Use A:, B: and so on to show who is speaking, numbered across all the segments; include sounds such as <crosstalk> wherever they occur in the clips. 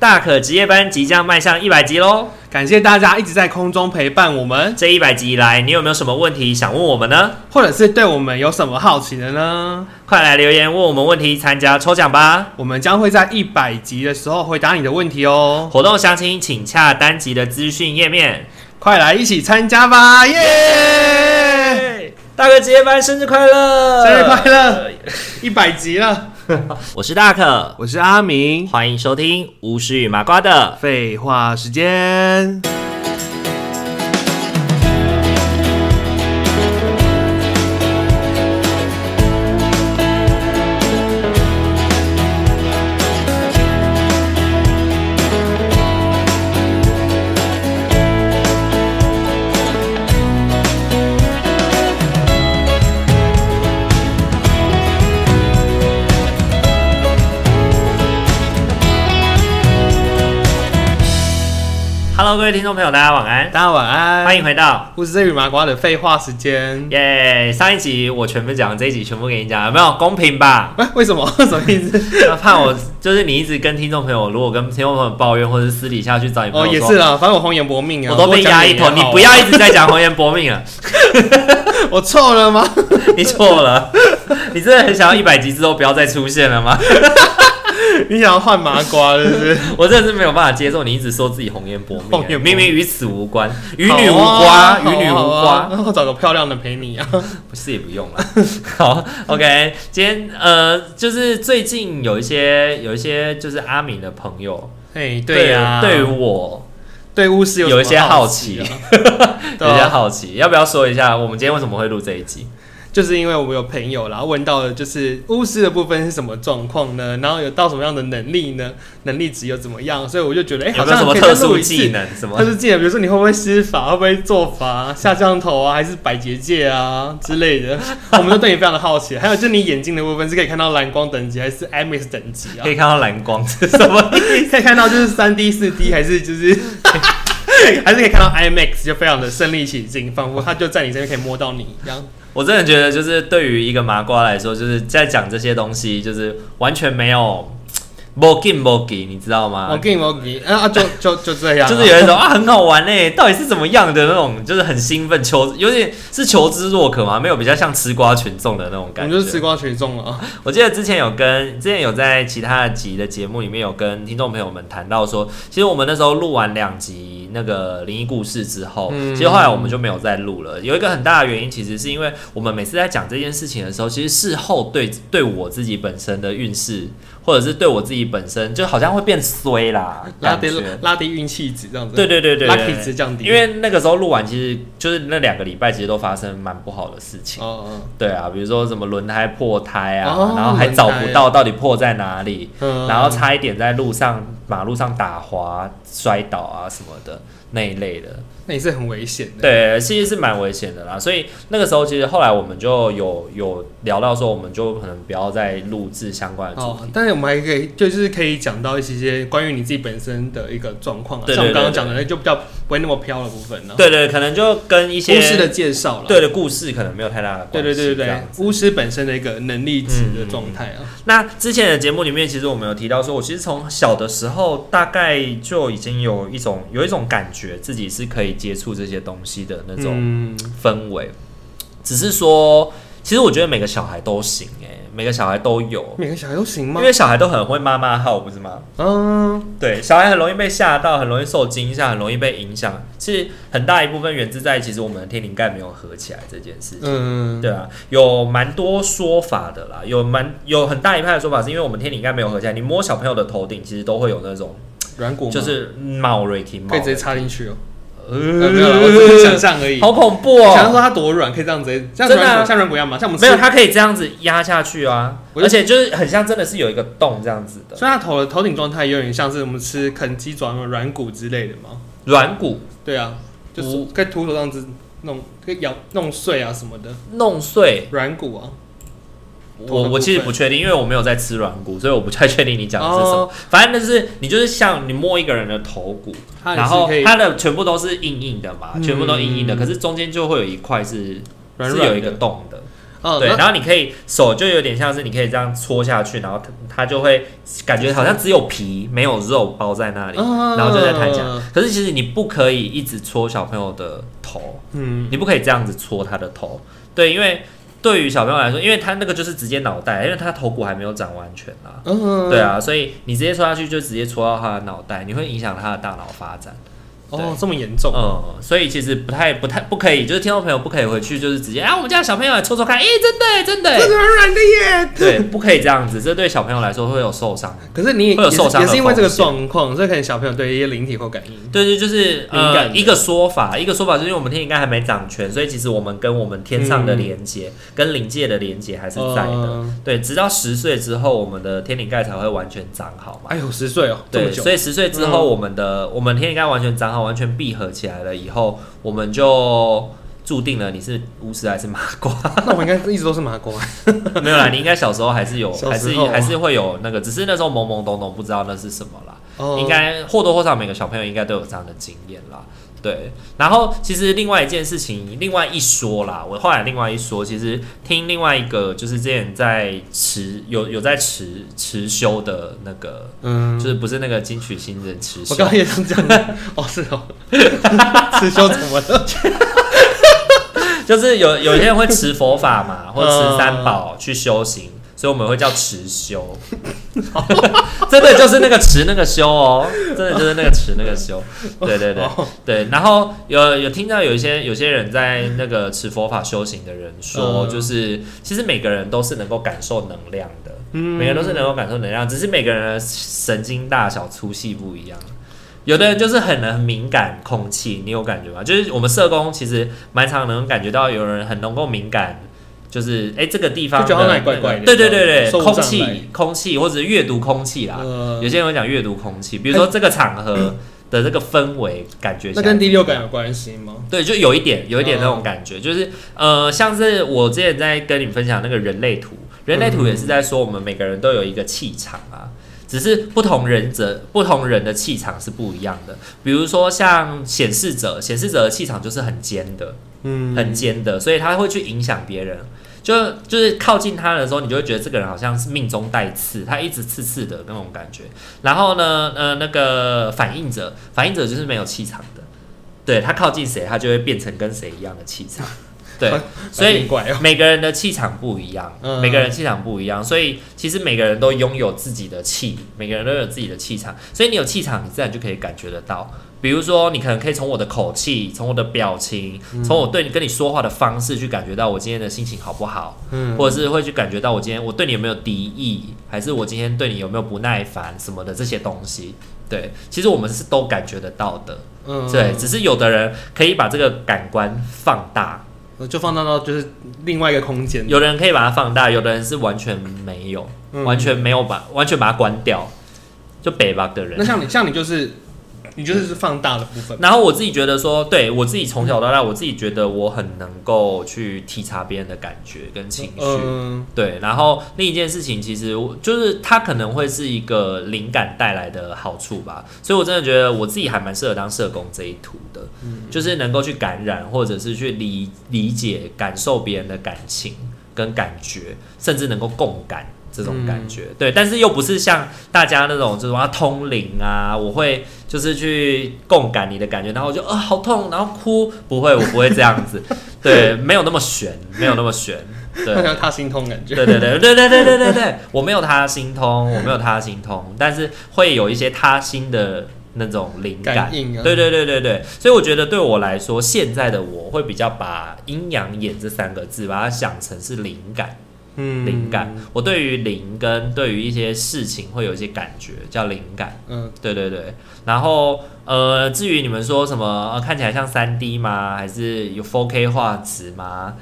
A: 大可职业班即将迈向一百集喽！
B: 感谢大家一直在空中陪伴我们，
A: 这一百集以来，你有没有什么问题想问我们呢？
B: 或者是对我们有什么好奇的呢？
A: 快来留言问我们问题，参加抽奖吧！
B: 我们将会在一百集的时候回答你的问题哦，
A: 活动详情请洽单集的资讯页面。
B: 快来一起参加吧，耶、
A: 大可职业班生日快乐！
B: 生日快！
A: 呃
B: 乐，一百集了，
A: 我是大可，
B: 我是阿明。
A: 欢迎收听巫师与麻瓜的
B: 废话时间，
A: Hello，各位听众朋友，大家晚安，
B: 大家晚安，
A: 欢迎回到
B: 我是这与麻瓜的废话时间。
A: 耶上一集我全部讲，这一集全部给你讲，有没有公平吧？ <laughs>
B: 哎、为什么？ <laughs> 什么意思？
A: 那怕我就是你一直跟听众朋友，如果跟听众朋友抱怨，或者是私底下去找你朋
B: 哦，
A: 友
B: 也
A: 说，
B: 是啦，反正我红颜薄命啊，
A: 我都被压一头，
B: 讲
A: 你
B: 也好
A: 不，要一直在讲红颜薄命了，啊
B: 我错了吗？ <laughs>
A: 你错了， <laughs> 你真的很想要一百集之后不要再出现了吗？
B: 你想要换麻瓜是不是？
A: 我真的是没有办法接受你一直说自己红颜薄命
B: 红
A: 欸，
B: 颜薄
A: 明
B: 命
A: 明与此无关，与
B: 好
A: 女无瓜，
B: 啊
A: 与女
B: 好
A: 无
B: 啊
A: 瓜，
B: 那我找个漂亮的陪你
A: <laughs>
B: 啊。
A: 不是也不用了。 <laughs> 好，OK，今天呃，就是最近有一些有一些就是阿敏的朋友，
B: 哎，对呀，
A: 对于我
B: 对巫师
A: 有一些
B: 什么
A: 好
B: 好
A: 奇
B: 啊，
A: <laughs>
B: 对
A: 有些
B: 啊，
A: 好奇，要不要说一下我们今天为什么会录这一集？
B: 就是因为我有朋友啦，问到的就是巫师的部分是什么状况呢？然后有到什么样的能力呢？能力值又怎么样？所以我就觉得，哎，
A: 有
B: 好
A: 没有什
B: 像
A: 么
B: 可以
A: 特
B: 再
A: 殊
B: 录一
A: 技
B: 次。
A: 能？什
B: 特
A: 么？
B: 殊技能，比如说你会不会施法，会不会做法、下降头啊，还是摆结界啊之类
A: <laughs>
B: 的，我们都对你非常的好奇。还有就是你眼睛的部分是可以看到蓝光等级还是 Amis 等级啊
A: 可？以看到蓝光 <laughs> 是什么？
B: 可以看到就是三 D、四 D 还是就是 <laughs> 还是可以看到 IMAX，就非常的身临其境，仿佛他就在你这边可以摸到你一样。
A: 我真的觉得，就是对于一个麻瓜来说，就是在讲这些东西，就是完全没有 b 劲 g 劲，你知道
B: 我
A: 吗？
B: 给你，我给你，啊啊，就就就这样啊、
A: 就是有一种啊，很好玩嘞，到底是怎么样的那种，就是很兴奋，求有点是求知若渴嘛，没有比较像吃瓜群众的那种
B: 我
A: 感
B: 们
A: 觉。
B: 就是吃瓜群众了。
A: 我记得之前有跟之前有在其他的集的节目里面有跟听众朋友们谈到说，其实我们那时候录完两集那个灵异故事之后，
B: 嗯
A: 其实后来我们就没有再录了。有一个很大的原因，其实是因为我们每次在讲这件事情的时候，其实事后对对我自己本身的运势，或者是对我自己本身，就好像会变衰啦，
B: 拉
A: 感
B: 低
A: 觉。
B: 拉低运气值这样子，
A: 对对对对对
B: 拉体值降低。
A: 因为那个时候录完，其实就是那两个礼拜，其实都发生蛮不好的事情。
B: 哦，
A: 对啊，比如说什么轮胎破胎啊，
B: 哦
A: 然后还
B: 轮
A: 找
B: 胎
A: 不到到底破在哪里，
B: 嗯
A: 然后差一点在路上马路上打滑、摔倒啊什么的那一类的，
B: 那也是很危险的。
A: 对，其实是蛮危险的啦。所以那个时候，其实后来我们就有有聊到说，我们就可能不要再录制相关的主题。
B: 哦，但是我们还可以，就是可以讲到一些些关于你自己本身的一个状况啊，
A: 对对
B: 像我刚
A: 对
B: 刚
A: 对
B: 讲的，就比较不会那么飘的部分呢、啊。
A: 对对，可能就跟一些
B: 巫师的介绍了，
A: 对的故事可能没有太大的
B: 对
A: 关系。
B: 对对对
A: 这
B: 对
A: 样，
B: 巫师本身的一个能力值的状态啊。
A: 那之前的节目里面，其实我们有提到说，我其实从小的时候，大概就已经有一种有一种感觉，自己是可以接触这些东西的那种
B: 嗯，
A: 氛围。只是说，其实我觉得每个小孩都行、欸，每个小孩都有，
B: 每个小孩都行吗
A: 因？为小孩都很会妈妈号，不是吗？
B: 嗯，
A: 对，小孩很容易被吓到，很容易受惊吓，很容易被影响。其实很大一部分源自在其实我们的天灵盖没有合起来这件事情。
B: 嗯，
A: 对啊，有蛮多说法的啦，有蛮有很大一派的说法是因为我们天灵盖没有合起来，你摸小朋友的头顶，其实都会有那种
B: 软骨吗
A: 就是毛瑞奇毛
B: 可以，直接插进去哦。呃没有啦，我只是想
A: 呃，
B: 象而已。
A: 嗯好恐怖
B: 想象
A: 哦！
B: 说它多软，可以这样直接，像
A: 真的啊
B: 软骨像软骨一样嘛，像我们
A: 没有，
B: 吃，
A: 它可以这样子压下去啊，
B: 我就
A: 而且就是很像真的是有一个洞这样子的
B: 所以它头的头顶状态有点像是我们吃啃鸡爪那种软骨之类的嘛。
A: 软骨
B: 对啊，就是
A: 嗯
B: 可以徒手这样子弄，可以咬弄碎啊什么的，
A: 弄碎。
B: 软骨啊。 <laughs>
A: 我我其实不确定，因为我没有在吃软骨，所以我不太确定你讲的是什么。
B: 哦
A: 反正就是你就是像你摸一个人的头骨，
B: 它也是
A: 然后
B: 可以
A: 它的全部都是硬硬的嘛，
B: 嗯
A: 全部都硬硬的，可是中间就会有一块是
B: 软
A: 是
B: 软
A: 有一个
B: 的
A: 洞的。
B: 嗯，
A: 对，
B: 那
A: 然后你可以手就有点像是你可以这样搓下去，然后它它就会感觉好像只有皮没有肉包在那里，
B: 嗯
A: 然后就在弹起来。可是其实你不可以一直搓小朋友的头，
B: 嗯，
A: 你不可以这样子搓他的头，对，因为对于小朋友来说，因为他那个就是直接脑袋，因为他头骨还没有长完全啊，
B: 嗯，
A: 对，啊，所以你直接戳下去就直接戳到他的脑袋，你会影响他的大脑发展。
B: 哦
A: 对，
B: 这么严重，
A: 嗯，所以其实不太、不太、不可以，就是听众朋友不可以回去，就是直接啊，我们家的小朋友来戳戳看，哎、真的、真的、
B: 这个软软的耶。
A: 对，不可以这样子，这对小朋友来说会有受伤。
B: <laughs> 可是你也
A: 会有
B: 也是
A: 受伤的
B: 也是因为这个
A: 风险
B: 状况，所以可能小朋友对一些灵体或感应。
A: 对对，就是
B: 敏
A: 呃
B: 感的
A: 一个说法，一个说法就是因为我们天应该还没掌权，所以其实我们跟我们天上的连接、跟灵界的连接还是在的。
B: 嗯
A: 对，直到十岁之后，我们的天灵盖才会完全长好嘛。
B: 哎呦，十岁哦，这么
A: 对，
B: 久，
A: 所以十岁之后，
B: 嗯
A: 我们的、我们天灵盖完全长好，完全闭合起来了以后，我们就注定了你是巫师还是麻
B: <laughs>
A: 瓜。
B: <laughs> 那我应该一直都是麻瓜。
A: 没有啦，你应该小时候还是有，
B: 小
A: 还
B: 时
A: 是
B: 候啊
A: 还是会有那个，只是那时候懵懵懂懂，不知道那是什么啦。
B: 哦
A: <laughs> 应该或多或少每个小朋友应该都有这样的经验啦。对，然后其实另外一件事情，另外一说啦，我后来另外一说，其实听另外一个就是之前在持有有在持持修的那个，
B: 嗯，
A: 就是不是那个金曲新人持
B: 我
A: 修
B: 刚，刚也想讲，哦是哦， <laughs> 师兄怎
A: <laughs>
B: 么了？ <laughs>
A: 就是有有些人会持佛法嘛，或持三宝去修行，所以我们会叫持
B: <laughs>
A: 修。真的就是那个持那个修
B: <laughs>
A: 哦，真的就是那个持那个修。对对对
B: 哦
A: 对，然后有有听到有一些有些人在那个持佛法修行的人说，
B: 嗯
A: 就是其实每个人都是能够感受能量的，
B: 嗯
A: 每个人都是能够感受能量，只是每个人的神经大小粗细不一样。有的人就是很能很敏感空气，你有感觉吗？就是我们社工其实蛮常能感觉到有人很能够敏感，就是哎、诶这个地方
B: 就觉得
A: 的
B: 那里怪怪的
A: 对对对对，
B: 受不
A: 空
B: 上来
A: 气空气或者是阅读空气啦，
B: 呃
A: 有，些人会讲阅读空气，比如说这个场合的这个氛围感觉，
B: 那跟第六感。有关系吗？
A: 对，就有一点，有一点那种感觉，就是呃，像是我之前在跟你分享那个人类图，人类图也是在说我们每个人都有一个气场啊，只是不同人者不同人的气场是不一样的。比如说像显示者，显示者的气场就是很尖的，
B: 嗯，
A: 很尖的，所以他会去影响别人。就就是靠近他的时候，你就会觉得这个人好像是命中带刺，他一直刺刺的那种感觉。然后呢，呃，那个反应者，反应者就是没有气场的，对他靠近谁，他就会变成跟谁一样的气场。对，所
B: 有
A: 以
B: 点怪哦，
A: 每个人的气场不一样，
B: 嗯
A: 每个人气场不一样，所以其实每个人都拥有自己的气，每个人都有自己的气场，所以你有气场，你自然就可以感觉得到。比如说，你可能可以从我的口气、从我的表情、
B: 嗯
A: 从我对你跟你说话的方式去感觉到我今天的心情好不好，
B: 嗯，
A: 或者是会去感觉到我今天我对你有没有敌意，还是我今天对你有没有不耐烦什么的这些东西。对，其实我们是都感觉得到的，
B: 嗯
A: 对，只是有的人可以把这个感官放大，
B: 嗯就放大到就是另外一个空间，
A: 有的人可以把它放大，有的人是完全没有，
B: 嗯
A: 完全没有把完全把它关掉，就北吧的
B: 那
A: 人。
B: 像你像你就是你就是放大的部分，
A: 然后我自己觉得说，对我自己从小到大，我自己觉得我很能够去体察别人的感觉跟情绪。
B: 嗯，
A: 对，然后另一件事情，其实我就是它可能会是一个灵感带来的好处吧，所以我真的觉得我自己还蛮适合当社工这一途的，
B: 嗯
A: 就是能够去感染或者是去理理解、感受别人的感情跟感觉，甚至能够共感。这种感觉，对，但是又不是像大家那种就是说啊通灵啊，我会就是去共感你的感觉，然后我就啊、好痛，然后哭，不会，我不会这样子，对，没有那么悬，没有那么悬，对
B: 那，像他心痛感觉，
A: 对对对对对对对对对，我没有他心通，我没有他心通，但是会有一些他心的那种灵感。
B: 感应啊
A: 对对对对对，所以我觉得对我来说，现在的我会比较把阴阳眼这三个字，把它想成是灵感，
B: 嗯
A: 灵感。，我对于灵跟对于一些事情会有一些感觉，叫灵感。
B: 嗯，
A: 对对对，然后呃，至于你们说什么、呃看起来像三 D 吗？还是有 4K 画质吗？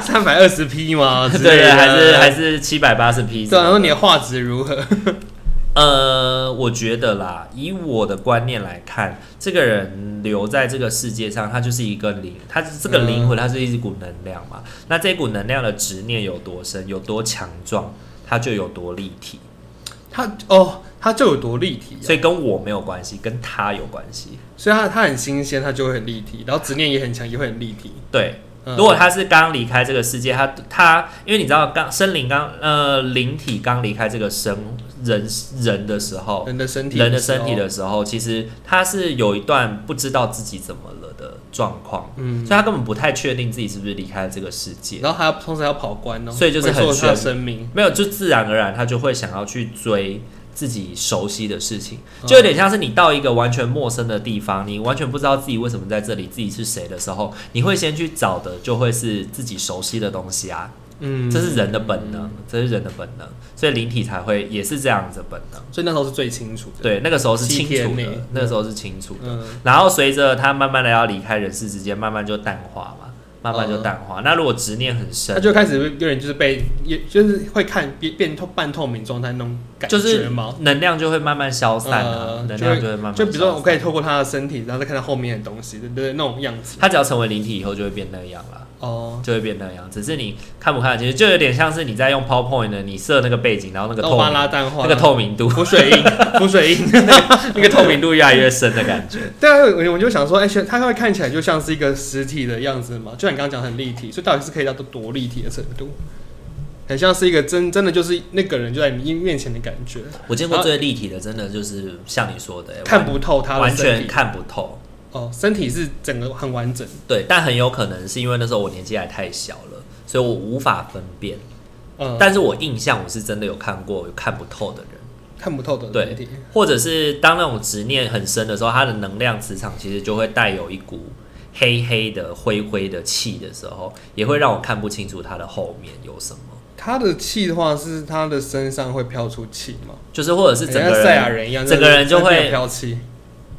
B: 三百二十 P
A: <laughs>
B: 嘛，
A: 对
B: 哦之类
A: 对，
B: 的
A: 还是还是七百八十 P？
B: 对啊，然后你的画质如何？
A: 呃，我觉得啦，以我的观念来看，这个人留在这个世界上，他就是一个灵，他这个灵魂，它是一股能量嘛。那这股能量的执念有多深，有多强壮，它就有多立体。
B: 它哦，它就有多立体啊、
A: 所以跟我没有关系，跟他有关系。
B: 所以它它很新鲜，它就会很立体，然后执念也很强，也会很立体。
A: 对，
B: 嗯
A: 如果他是刚离开这个世界，他他因为你知道刚生灵刚呃灵体刚离开这个生人人的时候，
B: 人的身体，
A: 人的身体的，时候，其实他是有一段不知道自己怎么了的状况，
B: 嗯，
A: 所以他根本不太确定自己是不是离开了这个世界。
B: 然后还要同时还要跑关哦，
A: 所以就是很
B: 回溯他的
A: 悬
B: 生命，
A: 没有，就自然而然他就会想要去追自己熟悉的事情，嗯就有点像是你到一个完全陌生的地方，你完全不知道自己为什么在这里，自己是谁的时候，你会先去找的就会是自己熟悉的东西啊，
B: 嗯，
A: 这是人的本能，这是人的本能，所以灵体才会也是这样子的本能。
B: 所以那时候是最清楚的，
A: 对，那个时候是清
B: 七
A: 楚
B: 天内
A: 的，那个时候是清楚的。
B: 嗯，
A: 然后随着他慢慢的要离开人世之间，慢慢就淡化嘛，慢慢就淡化。那如果执念很深
B: 他，就开始有点就是被，也就是会看变变透半透明状态那种感
A: 就是
B: 觉吗？
A: 能量就会慢慢消散啊，
B: 呃
A: 能量就会慢慢。
B: 就比如说，我可以，透过他的身体，然后再看到后面的东西，对不对？那种样子。
A: 他只要成为灵体以后就会变那样啦，
B: 哦，
A: 就会变那样。只是你看不看，其实就有点像是你在用 PowerPoint 的，你设那个背景，然后那个
B: 那我
A: 透
B: 帮他
A: 明
B: 拉淡化
A: 那个透明 <laughs> 度，
B: 浮水印，浮水印。
A: 那个透明度越来越深的感觉。
B: <laughs> 对啊，我我就想说，哎、它它会看起来就像是一个实体的样子嘛，就像你刚刚讲很立体，所以到底是可以达到多立体的程度？很像是一个真真的就是那个人就在你面前的感觉，
A: 我见过最立体的，真的就是像你说的、欸
B: 看不透他
A: 完
B: 的
A: 完
B: 身
A: 全
B: 体。
A: 看不透。
B: 哦，身体是整个很完整，
A: 对，但很有可能是因为那时候我年纪还太小了，所以我无法分辨。
B: 嗯，
A: 但是我印象我是真的有看过有看不透的人，
B: 看不透的
A: 对
B: 身体。
A: 或者是当那种执念很深的时候，他的能量磁场其实就会带有一股黑黑的、灰灰的气的时候，也会让我看不清楚他的后面有什么，
B: 他的气的话是他的身上会飘出气嘛，
A: 就是或者是整
B: 很
A: 个
B: 像
A: 人
B: 哎赛亚人一样，
A: 整个人就会
B: 身体有飘气。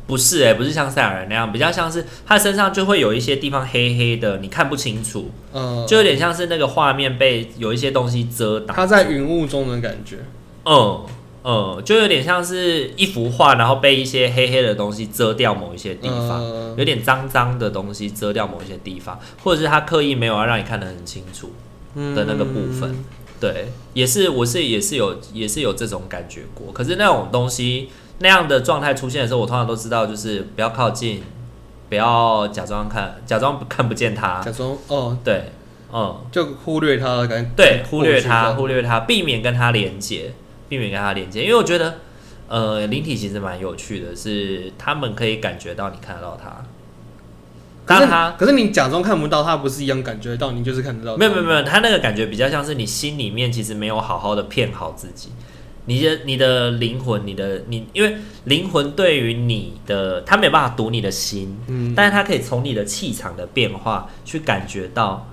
A: 不是哎、不是像赛亚人那样，比较像是他身上就会有一些地方黑黑的，你看不清楚，
B: 嗯，
A: 就有点像是那个画面被有一些东西遮挡。
B: 他在云雾中的感觉。
A: 嗯嗯，就有点像是一幅画，然后被一些黑黑的东西遮掉某一些地方，
B: 嗯
A: 有点脏脏的东西遮掉某一些地方，或者是他刻意没有要让你看得很清楚
B: 嗯
A: 的那个部分。对，也是，我是也是有也是有这种感觉过。可是那种东西那样的状态出现的时候，我通常都知道，就是不要靠近，不要假装看，假装看不见它。
B: 假装哦，
A: 对，嗯。
B: 就忽略他的感觉，
A: 对，忽略
B: 过
A: 它，
B: 去
A: 忽略它，避免跟它连接，避免跟它连接，因为我觉得，呃，灵体其实蛮有趣的是，他们可以感觉到你看得到它。
B: 这样
A: 当它
B: 可是可是你假装看不到，他不是一样感觉到，你就是看得到。
A: 没有没有没有，他那个感觉比较像是你心里面其实没有好好的骗好自己，你的你的灵魂，你的你，因为灵魂对于你的，他没有办法读你的心，
B: 嗯，
A: 但是他可以从你的气场的变化去感觉到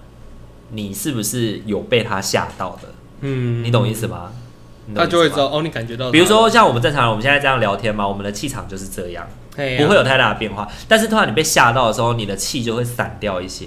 A: 你是不是有被他吓到的。
B: 嗯，
A: 你懂意思吗？你懂意
B: 他
A: 思
B: 就会
A: 吗
B: 知道哦，你感觉到。
A: 比如，说像我们正常人，我们现在这样聊天嘛，我们的气场就是这样，
B: 不
A: 不会有太大的变化。但是突然你被吓到的时候，你的气就会散掉一些。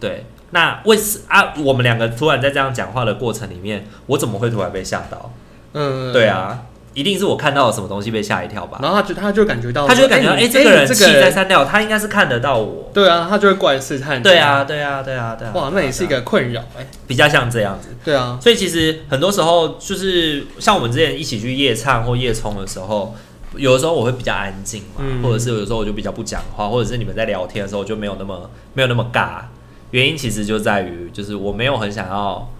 A: 对，那为什啊？我们两个突然在这样讲话的过程里面，我怎么会突然被吓到？
B: 嗯，
A: 对。啊，一定是我看到了什么东西被吓一跳吧？
B: 然后他就他就感觉到，
A: 他就会感觉到，
B: 哎，
A: 哎、
B: 你
A: 这个人
B: 这
A: 气在散掉，他应该是看得到我。
B: 对啊，他就会过来试探。
A: 对，啊，对啊，对啊，对啊。啊
B: 哇，那也是一个困扰哎。
A: 比较像这样子。
B: 对啊，
A: 所以其实很多时候就是像我们之前一起去夜唱或夜冲的时候，有的时候我会比较安静嘛，
B: 嗯
A: 或者是有时候我就比较不讲话，或者是你们在聊天的时候我就没有那么没有那么尬。原因其实就在于，就是我没有很想要，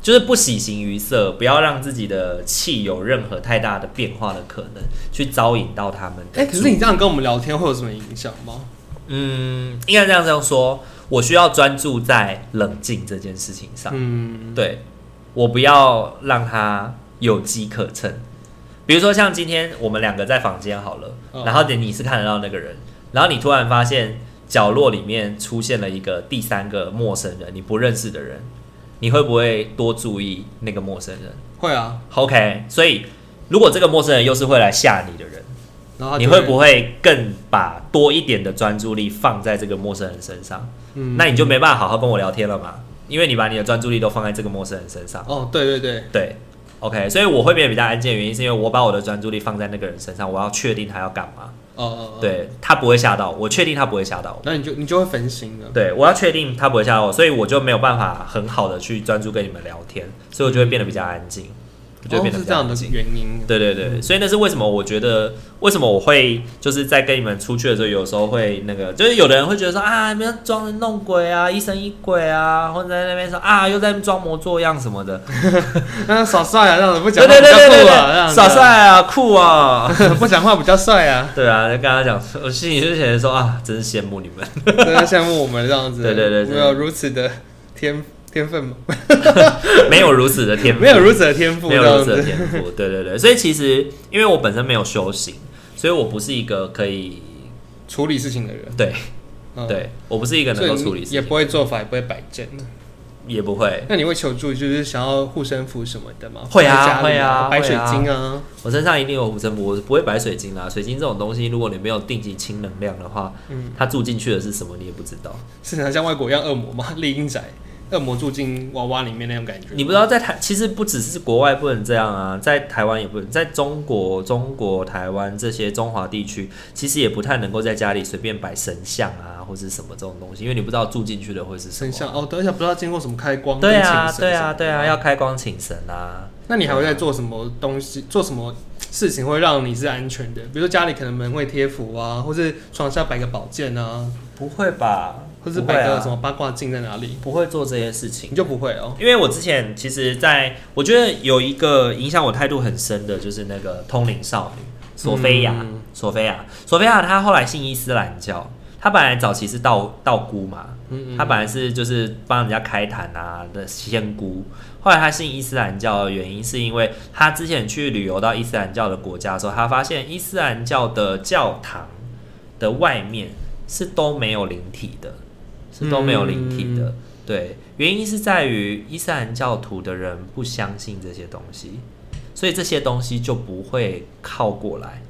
A: 就是不喜形于色，不要让自己的气有任何太大的变化的可能，去招引到他们的注意。
B: 哎，可是你这样跟我们聊天会有什么影响吗？
A: 嗯，应该这样这样说，我需要专注在冷静这件事情上。
B: 嗯，
A: 对啊我不要让他有机可乘。比如说像今天我们两个在房间好了，
B: 嗯
A: 然后你是看得到那个人，然后你突然发现角落里面出现了一个第三个陌生人，你不认识的人，你会不会多注意那个陌生人
B: 会啊。
A: ？OK，所以如果这个陌生人又是会来吓你的人，
B: 然后他
A: 你
B: 就
A: 会不会更把多一点的专注力放在这个陌生人身上？
B: 嗯
A: 那你就没办法好好跟我聊天了嘛，因为你把你的专注力都放在这个陌生人身上。
B: 哦，对对对，
A: 对，OK，所以我会变得比较安静的原因，是因为我把我的专注力放在那个人身上，我要确定他要干嘛，
B: 哦哦，哦，
A: 对他不会吓到我，我确定他不会吓到我，
B: 那你就你就会分心了。
A: 对我要确定他不会吓到我，所以我就没有办法很好的去专注跟你们聊天，所以我就会变得比较安静。就会变得
B: 哦是
A: 比
B: 这
A: 较
B: 样
A: 安
B: 的
A: 静。
B: 原因。
A: 对对对，所以那是为什么我觉得，为什么我会就是在跟你们出去的时候，有时候会那个，就是有的人会觉得说啊，不要装神弄鬼啊，疑神疑鬼啊，或者在那边说啊，又在那边装模作样什么的，
B: 那耍帅啊，这样子不讲
A: 对
B: 话
A: 对
B: 比
A: 对
B: 较
A: 对对
B: 酷啊，这样
A: 对，
B: 子
A: 耍帅啊，酷啊， <laughs>
B: 不讲话比较帅啊，
A: 对啊，就跟他讲，我心里就觉得说啊，真是羡慕你们， <laughs>
B: 真的羡慕我们这样子。
A: 对对对对
B: 没有如此的天天分吗？
A: 没有如此的天赋
B: 没有如此的天
A: 嗯
B: 赋，
A: 没有
B: 这样
A: 如此的
B: 子。
A: 天赋，对对对，所以其实因为我本身没有修行，所以我不是一个可以
B: 处理事情的人，
A: 对
B: 嗯，
A: 对，我不是一个能够
B: 所以
A: 处理
B: 你
A: 事
B: 也
A: 情，
B: 不会做法，也不会摆正。
A: 也不会。
B: 那你会求助，就是想要护身符什么的吗？
A: 会啊
B: 放在家里
A: 会啊
B: 白水晶啊，
A: 我身上一定有护身符，我不会摆水晶啦。啊水晶这种东西，如果你没有定期清能量的话，
B: 嗯，
A: 它住进去的是什么你也不知道。
B: 是很像外国一样恶魔吗？猎鹰仔，恶魔住进娃娃里面那种感觉。
A: 你不知道在台，其实不只是国外不能这样啊，在台湾也不能，在中国、中国台湾这些中华地区，其实也不太能够在家里随便摆神像啊或是什么这种东西，因为你不知道住进去的会是什么。
B: 神像哦，对，而且不知道经过什么开光，
A: 对
B: 跟
A: 啊，
B: 请神
A: 对
B: 什么
A: 啊，
B: 的
A: 对啊，要开光请神啊。
B: 那你还会在做什么东西？做什么事情会让你是安全的？比如说家里可能门会贴符啊，或是床下摆个宝剑啊，
A: 不会吧？
B: 或是
A: 不会
B: 摆个
A: 啊
B: 什么八卦镜在哪里？
A: 不会做这些事情
B: 你。就不会哦。
A: 因为我之前其实在我觉得有一个影响我态度很深的，就是那个通灵少女索菲亚
B: 嗯，
A: 索菲亚，索菲亚，她后来信伊斯兰教，她本来早期是道道姑嘛，
B: 嗯
A: 她本来是就是帮人家开坛啊的仙姑，后来她信伊斯兰教的原因是因为她之前去旅游到伊斯兰教的国家的时候，她发现伊斯兰教的教堂的外面是都没有灵体的，是都没有灵体
B: 嗯
A: 的。对，原因是在于伊斯兰教徒的人不相信这些东西，所以这些东西就不会靠过来。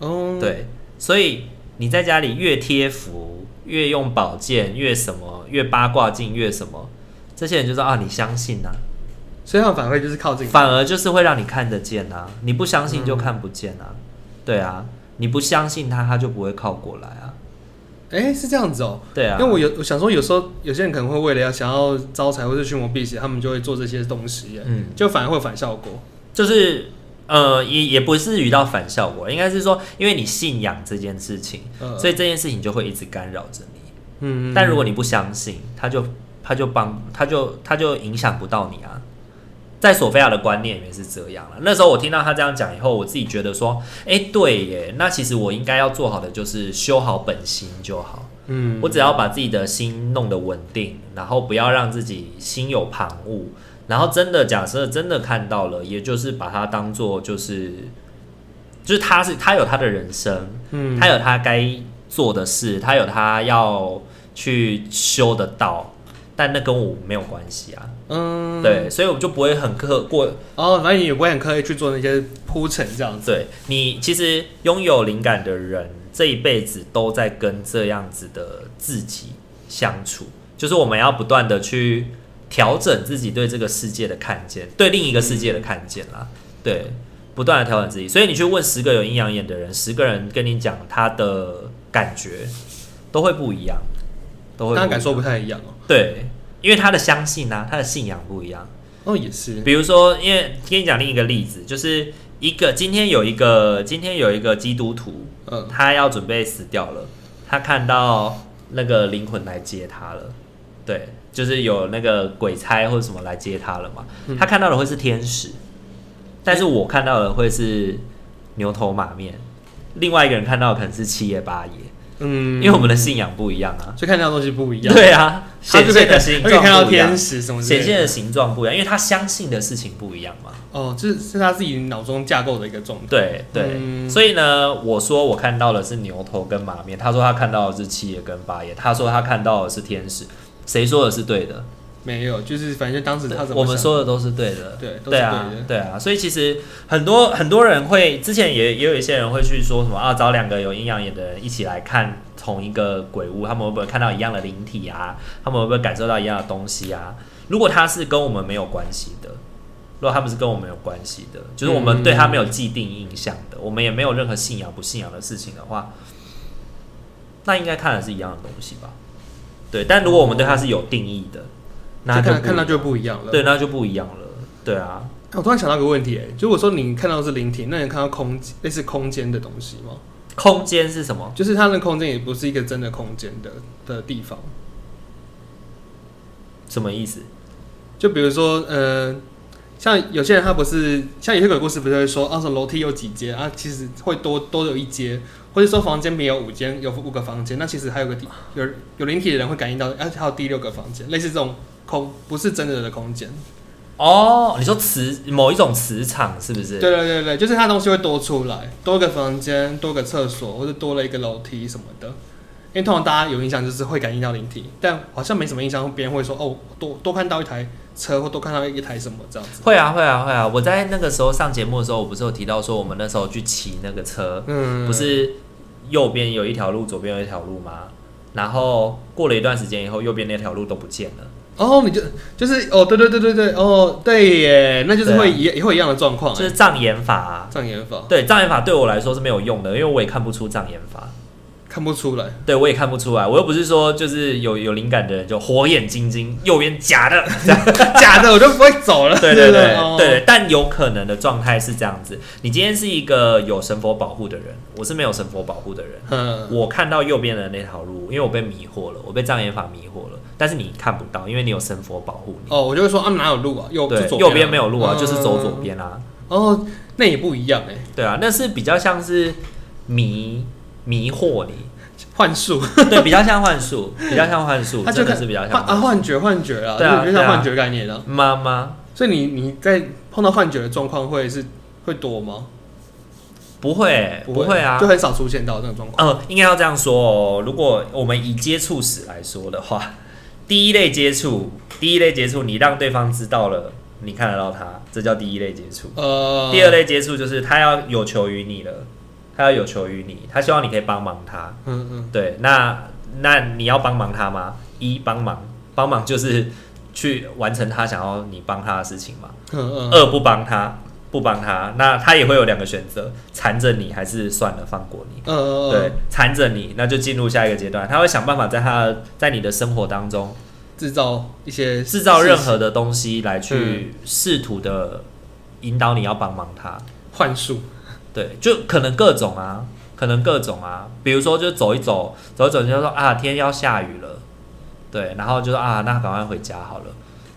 B: 哦，，
A: 对，所以你在家里越贴符，越用宝剑，越什么，越八卦镜，越什么，这些人就说啊，你相信啊，
B: 所以他们反馈就是靠近，
A: 反而就是会让你看得见啊，你不相信就
B: 嗯
A: 看不见啊，对啊，你不相信他，他就不会靠过来啊，
B: 哎，是这样子哦。
A: 对啊，
B: 因为我有我想说，有时候有些人可能会为了要想要招财或是驱魔辟邪，他们就会做这些东西耶，
A: 嗯。
B: 就反而会有反效果。
A: 就是呃，也也不是遇到反效果，应该是说，因为你信仰这件事情，
B: 嗯
A: 所以这件事情就会一直干扰着你。
B: 嗯
A: 但如果你不相信，他就他就帮他就他就影响不到你啊。在索菲亚的观念里面是这样了。那时候我听到他这样讲以后，我自己觉得说，诶，对耶，那其实我应该要做好的就是修好本心就好。
B: 嗯
A: 我只要把自己的心弄得稳定，然后不要让自己心有旁骛，然后真的假设真的看到了，也就是把它当做就是，就是他是他有他的人生，
B: 嗯
A: 他有他该做的事，他有他要去修的道，但那跟我没有关系啊，
B: 嗯，
A: 对，所以我就不会很刻过
B: 哦，反正你也不会很刻意去做那些铺陈这样子。
A: 对你其实拥有灵感的人，这一辈子都在跟这样子的自己相处，就是我们要不断的去调整自己对这个世界的看见，对另一个世界的看见啦，对，不断的调整自己。所以你去问十个有阴阳眼的人，十个人跟你讲他的感觉都会不一样，都会
B: 大
A: 不一
B: 家
A: 样
B: 感受不太一样哦。
A: 对，因为他的相信啊，他的信仰不一样。
B: 哦，也是，
A: 比如说，因为跟你讲另一个例子，就是一个今天有一个今天有一个基督徒，
B: 嗯，
A: 他要准备死掉了，他看到那个灵魂来接他了，对，就是有那个鬼差或者什么来接他了嘛，
B: 嗯
A: 他看到的会是天使，但是我看到的会是牛头马面，另外一个人看到的可能是七爷八爷，
B: 嗯，
A: 因为我们的信仰不一样啊，
B: 就看到的东西不一样，，
A: 对啊，
B: 他
A: 显
B: 就可以
A: 现的
B: 看，
A: 形
B: 他可以
A: 状
B: 看到
A: 不一样
B: 天，使什么之类
A: 显
B: 的
A: 现的形状不一样，因为他相信的事情不一样嘛。
B: 哦，这是他自己脑中架构的一个状态。
A: 对对、
B: 嗯
A: 所以呢，我说我看到的是牛头跟马面，他说他看到的是七爷跟八爷，他说他看到的是天使，谁说的是对的？
B: 没有，就是反正就当时他怎么想
A: 我们说的都是对的，
B: 对都是
A: 对啊
B: 对的，
A: 对啊，所以其实很多很多人会，之前也也有一些人会去说什么啊，找两个有阴阳眼的人一起来看同一个鬼屋，他们会不会看到一样的灵体啊？他们会不会感受到一样的东西啊？如果他是跟我们没有关系的，如果他们是跟我们有关系的，就是我们对他没有既定印象的，我们也没有任何信仰不信仰的事情的话，那应该看的是一样的东西吧？对，但如果我们对他是有定义的，那
B: 就
A: 就
B: 看
A: 不
B: 看
A: 一
B: 到
A: 样
B: 就不一样了。
A: 对，那就不一样了。对啊，
B: 我突然想到一个问题、哎，就我说你看到的是灵体，那你看到空间类似空间的东西吗？
A: 空间是什么？
B: 就是它的空间也不是一个真的空间的的地方。
A: 什么意思？
B: 就比如说，呃，像有些人他不是像有些鬼故事不是会说，啊，什么楼梯有几阶啊，其实会多多有一阶，或者说房间没有五间，有五个房间，那其实还有个第有有灵体的人会感应到，啊，还有第六个房间，类似这种空不是真的的空间。
A: 哦，你说磁某一种磁场是不是？
B: 对对对对，就是它东西会多出来，多个房间，多个厕所，或者多了一个楼梯什么的。因为通常大家有印象就是会感应到灵体，但好像没什么印象，别人会说哦，多多看到一台车或多看到一台什么这样子。
A: 会啊，会啊，会啊！我在那个时候上节目的时候，我不是有提到说，我们那时候去骑那个车，
B: 嗯，
A: 不是右边有一条路，左边有一条路吗？然后过了一段时间以后，右边那条路都不见了。
B: 哦，你就就是哦，对对对对对，哦对耶，那就是
A: 对
B: 会
A: 啊
B: 一也会一样的状况
A: 就
B: 哎，
A: 是障眼法、啊，
B: 障眼法
A: 对障眼法对我来说是没有用的，因为我也看不出障眼法，
B: 看不出来，
A: 对我也看不出来。我又不是说就是有有灵感的人就火眼金睛，右边假的，这样
B: 假的我就不会走 <laughs> 了。
A: 对对对
B: 哦
A: 对对，但有可能的状态是这样子：你今天是一个有神佛保护的人，我是没有神佛保护的人。
B: 嗯，
A: 我看到右边的那条路，因为我被迷惑了，我被障眼法迷惑了。但是你看不到，因为你有神佛保护你。
B: 哦，我就会说啊，哪有路啊？右
A: 对
B: 就左，
A: 右
B: 啊
A: 边没有路啊，
B: 嗯
A: 就是走左边啊。
B: 哦，那也不一样哎，
A: 对啊，那是比较像是迷迷惑你，
B: 幻术，
A: 对，比较像幻术，比较像幻术，
B: <laughs> 他就
A: 真的
B: 看
A: 是比较像
B: 幻
A: 幻术。
B: 啊幻觉幻觉啊，
A: 对啊
B: 就
A: 对
B: 像
A: 啊
B: 幻觉概念啊。
A: 妈妈
B: 所以你你在碰到幻觉的状况会是会多吗？
A: 不会，不会啊
B: 就。很少出现到这种状况。
A: 呃，应该要这样说哦。如果我们以接触史来说的话， <laughs> 第一类接触，第一类接触，你让对方知道了，你看得到他，这叫第一类接触。
B: 呃，
A: 第二，类接触就是他要有求于你了，他要有求于你，他希望你可以帮忙他。
B: 嗯嗯，
A: 对，那那你要帮忙他吗？一帮忙，帮忙就是去完成他想要你帮他的事情嘛。
B: 嗯嗯，
A: 二不帮他，不帮他，那他也会有两个选择：缠着你，还是算了，放过你。
B: 呃，
A: 对，，缠着你，那就进入下一个阶段。他会想办法在他的在你的生活当中
B: 制造一些
A: 制造任
B: 事
A: 何的东西来去试图的引导你要帮忙他。
B: 幻术，
A: 对，就可能各种啊，可能各种啊，比如说就走一走，走一走你就说啊，天要下雨了，对，然后就说啊，那赶快回家好了，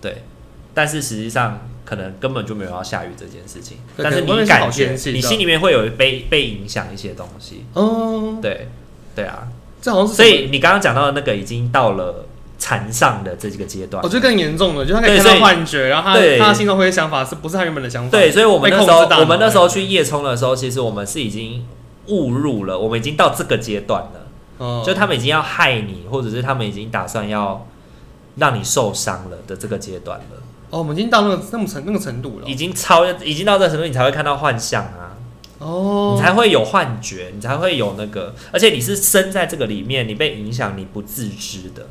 A: 对。但是实际上可能根本就没有要下雨这件事情，
B: 对
A: 但是
B: 可能外
A: 你
B: 面是好
A: 感觉
B: 天气
A: 你
B: 这样
A: 心里面会有被被影响一些东西，
B: 哦，
A: 对，对啊。
B: 这好像是
A: 所以你刚刚讲到的那个已经到了缠上的这个阶段
B: 我，觉得更严重了，就是他可
A: 对
B: 以看到
A: 所以
B: 幻觉，然后他
A: 对
B: 他心中会有想法是不是他原本的想法？
A: 对，所以我们那时
B: 被控制大
A: 候
B: 脑
A: 我们那时候去夜冲的时候，其实我们是已经误入了，我们已经到这个阶段了。
B: 哦，
A: 就他们已经要害你，或者是他们已经打算要让你受伤了的这个阶段了，
B: 哦，我们已经到那个那么程那个程度了
A: 已，经超，已经到这个程度，你才会看到幻象啊，
B: 哦，
A: 你才会有幻觉，你才会有那个，而且你是身在这个里面，你被影响，你不自知的，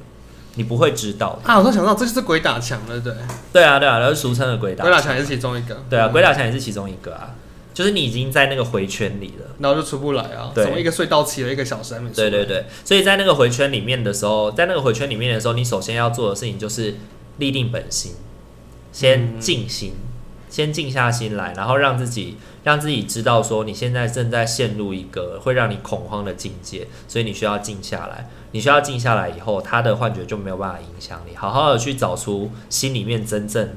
A: 你不会知道的。
B: 啊，我都想到这就是鬼打墙了，对，
A: 对啊，对啊，然后俗称的鬼打
B: 鬼打墙也是其中一个，
A: 对啊，
B: 嗯
A: 鬼打墙也是其中一个啊，就是你已经在那个回圈里了。
B: 然后就出不来啊，
A: 对
B: 怎么一个隧道骑了一个小时还没出？
A: 对对，对，所以在那个回圈里面的时候，在那个回圈里面的时候，你首先要做的事情就是立定本心，先
B: 嗯
A: 静心，先静下心来，然后让自己让自己知道说你现在正在陷入一个会让你恐慌的境界，所以你需要静下来。你需要静下来以后，他的幻觉就没有办法影响你。好好的去找出心里面真正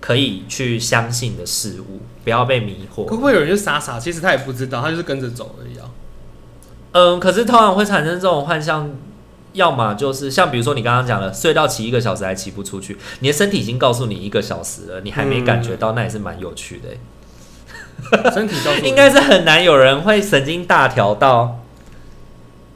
A: 可以去相信的事物，不要被迷惑。
B: 会不会有人就傻傻？其实他也不知道，他就是跟着走而已
A: <laughs>
B: 啊。
A: 嗯，可是通常会产生这种幻象，要么就是像比如说你刚刚讲的，隧道骑一个小时还骑不出去，你的身体已经告诉你一个小时了，你还没感觉到，那也是蛮有趣 <laughs> 的欸、
B: 身体告诉我
A: 应该是很难有人会神经大条到，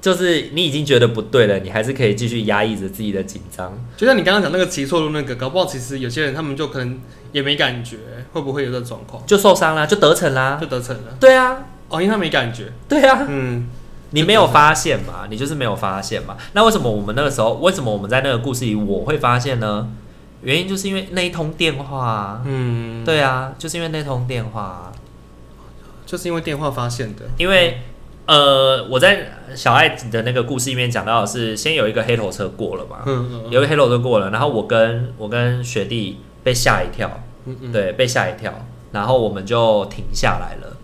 A: 就是你已经觉得不对了，你还是可以继续压抑着自己的紧张。
B: 就像你刚刚讲那个骑错路那个，搞不好其实有些人他们就可能也没感觉，会不会有这状况？
A: 就受伤啦，就得逞啦
B: 就。得逞了
A: 对啊，
B: 哦，因为他没感觉。
A: 对啊，
B: 嗯，
A: 你没有发现嘛？你就是没有发现嘛？那为什么我们那个时候，为什么我们在那个故事里我会发现呢？原因就是因为那一通电话啊。
B: 嗯，
A: 对啊，就是因为那通电话、啊，
B: 就是因为电话发现的。
A: 因为呃，我在小爱的那个故事里面讲到的是，先有一个黑头车过了嘛，
B: 嗯嗯
A: 有一个黑头车过了，然后我跟我跟学弟被吓一跳，
B: 嗯嗯，
A: 对，被吓一跳，然后我们就停下来了，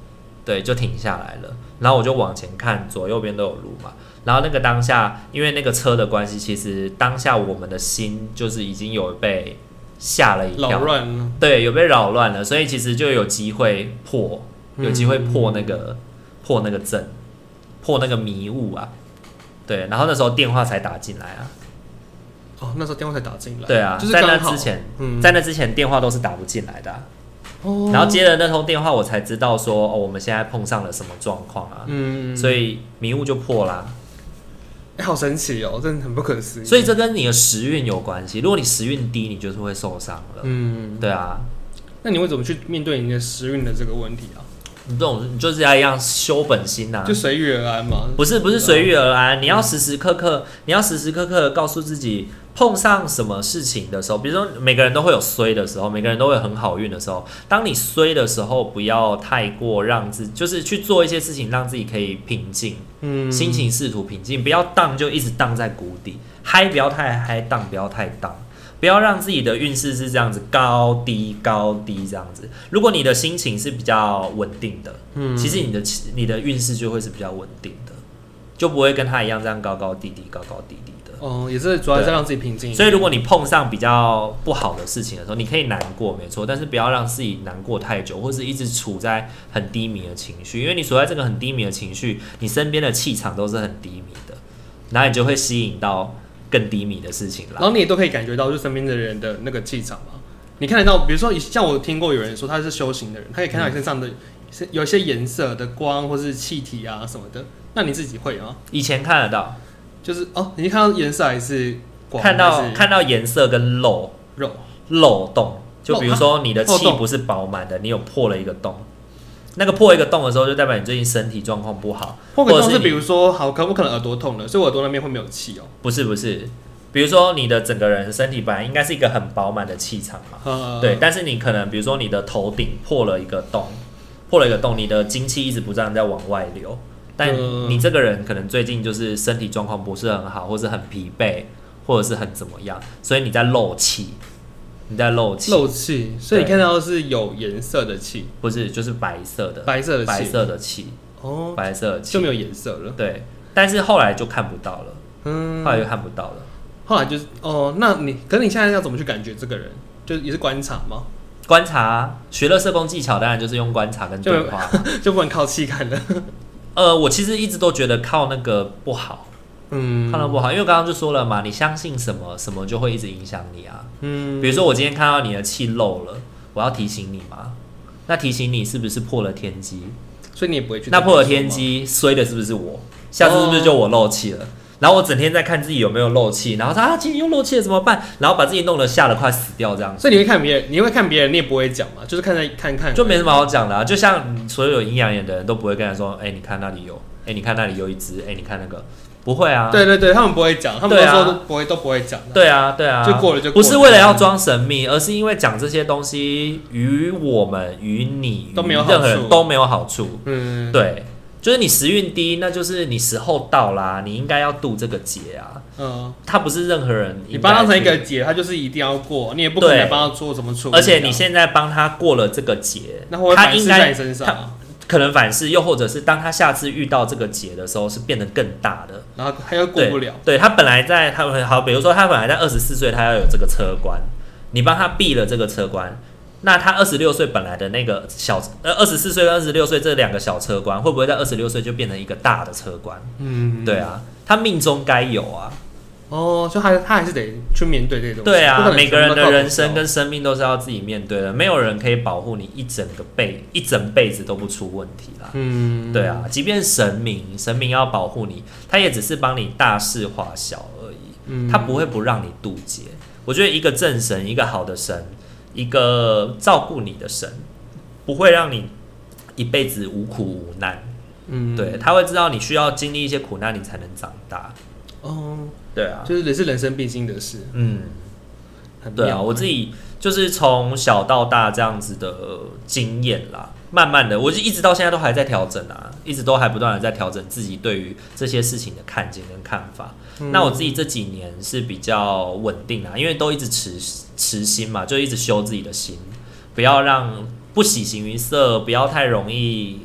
A: 对，就停下来了。然后我就往前看，左右边都有路嘛。然后那个当下，因为那个车的关系，其实当下我们的心就是已经有被吓了一
B: 扰
A: 跳，
B: 乱了，
A: 对，有被扰乱了，所以其实就有机会破，有机会破那
B: 嗯
A: 个、破那个阵，破那个迷雾啊。对，然后那时候电话才打进来啊。
B: 哦，那时候电话才打进来，
A: 对啊，
B: 就是
A: 在
B: 刚
A: 那
B: 好
A: 之前，
B: 嗯，
A: 在那之前电话都是打不进来的啊、
B: 哦，
A: 然后接了那通电话，我才知道说哦，我们现在碰上了什么状况啊，
B: 嗯，
A: 所以迷雾就破啦。
B: 哎好神奇哦，真的很不可思议，
A: 所以这跟你的时运有关系，如果你时运低，你就是会受伤了。
B: 嗯，
A: 对啊，
B: 那你会怎么去面对你的时运的这个问题啊？
A: 你这种你就是要一样修本心啊呐、
B: 就随遇而安嘛，
A: 不是不是随遇而安，你要时时刻刻，你要时时刻刻地告诉自己，碰上什么事情的时候，比如说每个人都会有衰的时候，每个人都会有很好运的时候。当你衰的时候，不要太过让自，就是去做一些事情，让自己可以平静，
B: 嗯，
A: 心情试图平静，不要荡就一直荡在谷底，嗨不要太嗨，荡不要太荡。不要让自己的运势是这样子高低高低这样子。如果你的心情是比较稳定的，
B: 嗯，
A: 其实你的你的运势就会是比较稳定的，就不会跟他一样这样高高低低、高高低低的。
B: 哦，也是主要是
A: 对啊
B: 让自己平静一点，
A: 所以，如果你碰上比较不好的事情的时候，你可以难过，没错，但是不要让自己难过太久，或是一直处在很低迷的情绪，因为你处在这个很低迷的情绪，你身边的气场都是很低迷的，然后你就会吸引到更低迷的事情
B: 然
A: 啦。
B: 后你也都可以感觉到，就身边的人的那个气场嘛。你看得到，比如说像我听过有人说他是修行的人，他可以看到你身上的
A: 嗯
B: 是有一些颜色的光或是气体啊什么的。那你自己会吗？
A: 以前看得到，
B: 就是哦，你看到颜色还是光？
A: 看
B: 还
A: 到
B: 是
A: 看到颜色跟漏
B: 肉，
A: 漏洞，就比如说你的
B: 漏
A: 气
B: 洞
A: 不是饱满的，你有破了一个洞，那个破一个洞的时候，就代表你最近身体状况不好，
B: 或
A: 或
B: 者
A: 者
B: 是
A: 是
B: 比如
A: 你
B: 说，好，可我可能耳朵痛了，所以我耳朵那边会没有气哦。
A: 不是不是，比如说你的整个人身体本来应该是一个很饱满的气场嘛，
B: 呃，
A: 对，，但是你可能比如说你的头顶破了一个洞，破了一个洞，你的精气一直不断地在往外流，但
B: 嗯
A: 你这个人可能最近就是身体状况不是很好，或是很疲惫，或者是很怎么样，所以你在漏气，你在漏气，
B: 漏气，所以你看到的是有颜色的气，
A: 不是就是白色的。
B: 白色的气，
A: 白色的气，
B: 哦，
A: 白色的
B: 就
A: 气，
B: 没有颜色了。
A: 对。但是后来就看不到了，
B: 嗯，
A: 后来就看不到了。
B: 后来就是哦，那你可是你现在要怎么去感觉这个人？就也是观察吗？ <laughs>
A: 观察学了社工技巧，当然就是用观察跟对话。
B: 就不能靠气看了。
A: 呃，我其实一直都觉得靠那个不好，
B: 嗯
A: 靠那个不好，因为刚刚就说了嘛，你相信什么，什么就会一直影响你啊。
B: 嗯
A: 比如说我今天看到你的气漏了，我要提醒你嘛。那提醒你是不是破了天机？
B: 所以你也不会去。
A: 那破了天，机，衰的是不是我？下次是不是就我漏气了？然后我整天在看自己有没有漏气，然后说啊，今天又漏气了怎么办？然后把自己弄得吓得快死掉这样子，
B: 所以你会看别人，你会看别人，你也不会讲嘛，就是看在看看，
A: 就没什么好讲的、啊。就像所有有阴阳眼的人都不会跟他说，哎、你看那里有，哎、你看那里有一只，哎、你看那个，不会啊。
B: 对对对，他们不会讲，他们都
A: 对啊
B: 说都不会都不会讲的。
A: 对啊，对啊，
B: 就过了就
A: 不
B: 过了
A: 是为了要装神秘，而是因为讲这些东西于我们、于你、
B: 都没有
A: 于任何
B: 好处
A: 人都没有好处。
B: 嗯，
A: 对，就是你时运低，那就是你时候到啦，你应该要渡这个劫啊。
B: 嗯，
A: 他不是任何人，
B: 你帮他当成一个，姐，他就是一定要过，你也不可能帮他做什么处理啊。
A: 而且你现在帮他过了这个劫，
B: 那会不会
A: 他
B: 反噬
A: 应
B: 在你
A: 该
B: 身上啊，
A: 可能反噬，又或者是当他下次遇到这个劫的时候，是变得更大的。
B: 然后他又过
A: 对
B: 不了。
A: 对他本来在他们好，比如说他本来在二十四岁，他要有这个车关，你帮他避了这个车关，那他二十六岁本来的那个小呃二十四岁跟二十六岁这两个小车关，会不会在二十六岁就变成一个大的车关？
B: 嗯，
A: 对。啊，他命中该有啊。
B: 哦，就还他还是得去面对这些东西。
A: 对
B: 不可
A: 啊，
B: 能
A: 每个人
B: 全部
A: 的
B: 都
A: 人生
B: 靠自己
A: 跟生命都是要自己面对的，没有人可以保护你一整个辈一整辈子都不出问题啦。
B: 嗯，
A: 对啊，即便神明，神明要保护你，他也只是帮你大事化小而已，
B: 嗯，
A: 他不会不让你渡劫。我觉得一个正神，一个好的神，一个照顾你的神，不会让你一辈子无苦无难。
B: 嗯，
A: 对，他会知道你需要经历一些苦难，你才能长大。
B: 哦，
A: 对啊，
B: 就是也是人生必经的事，
A: 嗯。
B: 很
A: 对啊，
B: 妙
A: 我自己就是从小到大这样子的经验啦，慢慢的，我就一直到现在都还在调整啊，一直都还不断的在调整自己对于这些事情的看见跟看法。
B: 嗯
A: 那我自己这几年是比较稳定啊，因为都一直持持心嘛，就一直修自己的心，不要让不喜形于色，不要太容易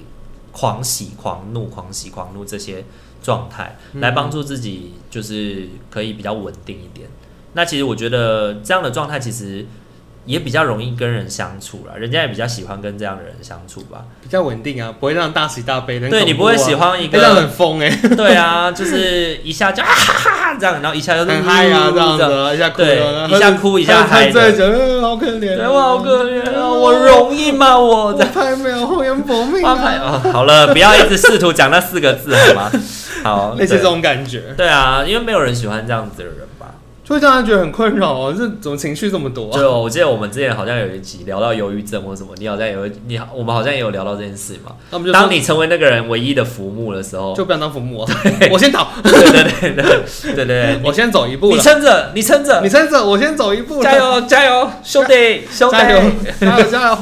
A: 狂喜、狂怒、狂喜、狂怒这些状态，
B: 嗯
A: 来帮助自己，就是可以比较稳定一点。那其实我觉得这样的状态其实也比较容易跟人相处啦，人家也比较喜欢跟这样的人相处吧。
B: 比较稳定啊，不会让大喜大悲。很
A: 对你
B: 恐
A: 不
B: 怖啊
A: 会喜欢一
B: 哎这样
A: 个，
B: <laughs> 很疯
A: <laughs>
B: 哎、
A: 对啊，就是一下就啊哈哈哈这样，然后一下就
B: 很嗨啊，这样子
A: 子。
B: 啊，一下哭
A: 对
B: 了，
A: 一下哭一下嗨的
B: 这觉得 <laughs> 好可怜，啊
A: 对，我好可怜啊！我容易吗？我
B: 我
A: 的
B: 拍没有厚颜薄命
A: 花牌
B: 啊，
A: 哦，好了，不要一直试图讲那四个字好吗？好，
B: 类似这
A: 对
B: 种感觉，
A: 对啊，因为没有人喜欢这样子的人吧？
B: 就会让人觉得很困扰哦，这怎么情绪这么多啊？
A: 就我记得我们之前好像有一集聊到忧郁症或什么，你好像有你好我们好像也有聊到这件事嘛。
B: 那我们就
A: 当
B: 说
A: 你成为那个人唯一的浮木的时候，
B: 就不要当父母啊，我先倒，
A: 对对对对对对，
B: 我先走一步
A: 你
B: 了，
A: 撑着，你撑着
B: 你，撑着，我先走一步了，
A: 加油加油，兄弟兄弟，
B: 加油加油加油，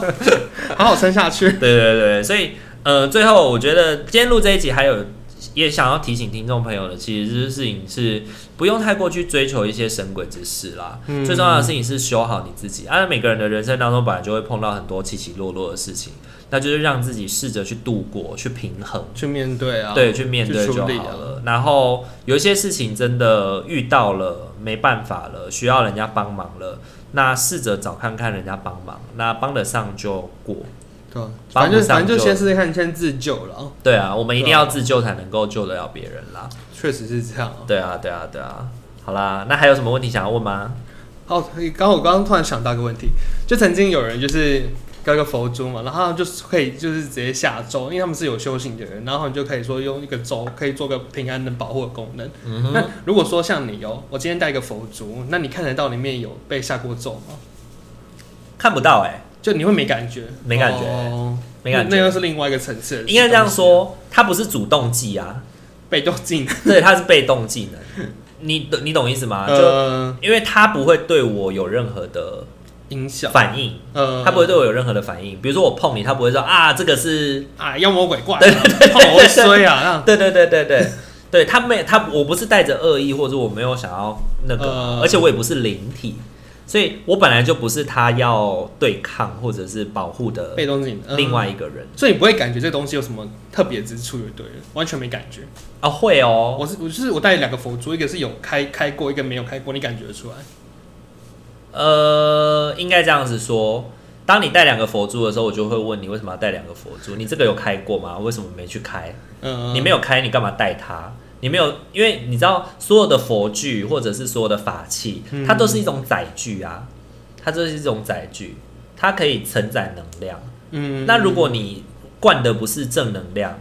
B: 好好撑下去。
A: <laughs> 对对对，所以呃，最后我觉得今天录这一集还有。也想要提醒听众朋友的，其实这事情是不用太过去追求一些神鬼之事啦。
B: 嗯
A: 最重要的事情是修好你自己。按、啊、每个人的人生当中，本来就会碰到很多起起落落的事情，那就是让自己试着去度过，去平衡。
B: 去面对啊，
A: 对，去面对
B: 去
A: 就
B: 处
A: 好
B: 理啊
A: 了。然后有一些事情真的遇到了没办法了，需要人家帮忙了，那试着找看看人家帮忙，那帮得上就过。
B: 对啊，
A: 帮
B: 反正
A: 不
B: 就
A: 上
B: 反正就
A: 就
B: 先试试看，先自救了啊，
A: 对啊，我们一定
B: 对啊
A: 要自救才能够救得了别人啦。
B: 确实是这样啊。
A: 对啊，对啊，对啊。好啦，那还有什么问题想要问吗？
B: 哦，刚刚我刚刚突然想到一个问题，就曾经有人就是搞一个佛珠嘛，然后他们就是可以就是直接下咒，因为他们是有修行的人，然后你就可以说用一个咒可以做个平安的保护的功能。
A: 嗯
B: 那如果说像你哦，我今天带一个佛珠，那你看得到里面有被下过咒吗？
A: 看不到哎、
B: 就你会没感觉，
A: 没感觉
B: 哦、
A: 没感
B: 那那又
A: 觉。
B: 是另外一个层次的东
A: <laughs>
B: 西。
A: 应该这样说，它不是主动技 <laughs> 啊，
B: 被动技能，
A: 对，它是被动技能。你懂你懂意思吗？就
B: 呃，
A: 因为它不会对我有任何的
B: 影响，
A: 反应，
B: 呃，
A: 它不会对我有任何的反应。比如说我碰你，它不会说啊，这个是，
B: 啊妖魔鬼怪啊，碰我会衰啊，那样
A: 对对对对对， <laughs> 对，它没它，我不是带着恶意，或者我没有想要那个嘛，
B: 呃
A: 而且我也不是灵体，所以我本来就不是他要对抗或者是保护的
B: 被动技能。呃
A: 另外一个人
B: 所以你不会感觉这东西有什么特别之处，就对了，完全没感觉。
A: 啊，会哦，
B: 我是我就是我带两个佛珠，一个是有开开过，一个没有开过，你感觉得出来？
A: 呃，应该这样子说。当你带两个佛珠的时候，我就会问你为什么要带两个佛珠？你这个有开过吗？为什么没去开？
B: 嗯，
A: 你没
B: 有，
A: 有开，你干嘛带它？你没有，因为你知道所有的佛具或者是所有的法器，
B: 嗯
A: 它都是一种载具啊，它就是一种载具，它可以承载能量。
B: 嗯
A: 那如果你灌的不是正能量，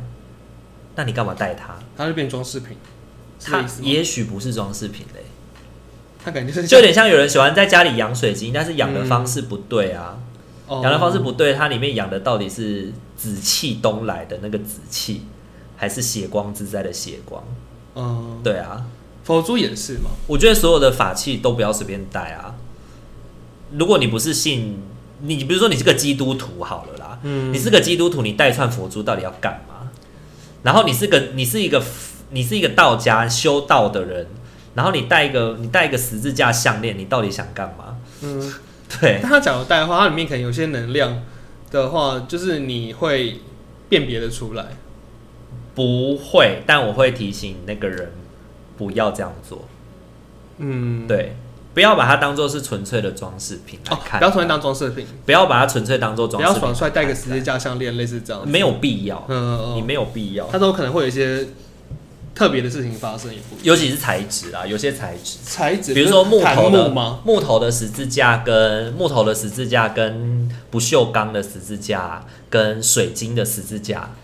A: 那你干嘛带它？
B: 它就变装饰品，是这
A: 它
B: 意思吗
A: 也许不是装饰品嘞、
B: 它感觉是嗯
A: 就有点像有人喜欢在家里养水晶，但是养的方式不对啊，
B: 哦
A: 养的方式不对，它里面养的到底是紫气东来的那个紫气，还是血光之灾的血光？
B: 嗯，
A: 对啊，
B: 佛珠也是嘛，
A: 我觉得所有的法器都不要随便带啊。如果你不是信你，比如说你是个基督徒好了啦，
B: 嗯
A: 你是个基督徒，你带串佛珠到底要干嘛？然后你是个你是一个你是一个道家修道的人，然后你带一个你带一个十字架项链，你到底想干嘛？ <laughs>
B: 嗯，
A: 对
B: 但，它讲的带的话，它里面可能有些能量的话，就是你会辨别的出来。
A: 不会，但我会提醒那个人不要这样做，
B: 嗯，
A: 对，不要把它当做是纯粹的装饰品来
B: 哦，
A: 看，
B: 不要从它当装饰品，
A: 不要把它纯粹当做
B: 不
A: 装
B: 要
A: 饰品
B: 耍
A: 来
B: 帅，带个
A: 看
B: 十字架项链，类似这样。
A: 没有必要，
B: 嗯，
A: 你
B: 嗯，嗯
A: 没有必要，
B: 它都可能会有一些特别的事情发生，也不
A: 尤其是材质啦，有些材质，
B: 材质，
A: 比如说木头
B: 檀
A: 的
B: 木吗？
A: 木头的十字架跟木头的十字架跟不锈钢的十字架跟水晶的十字架，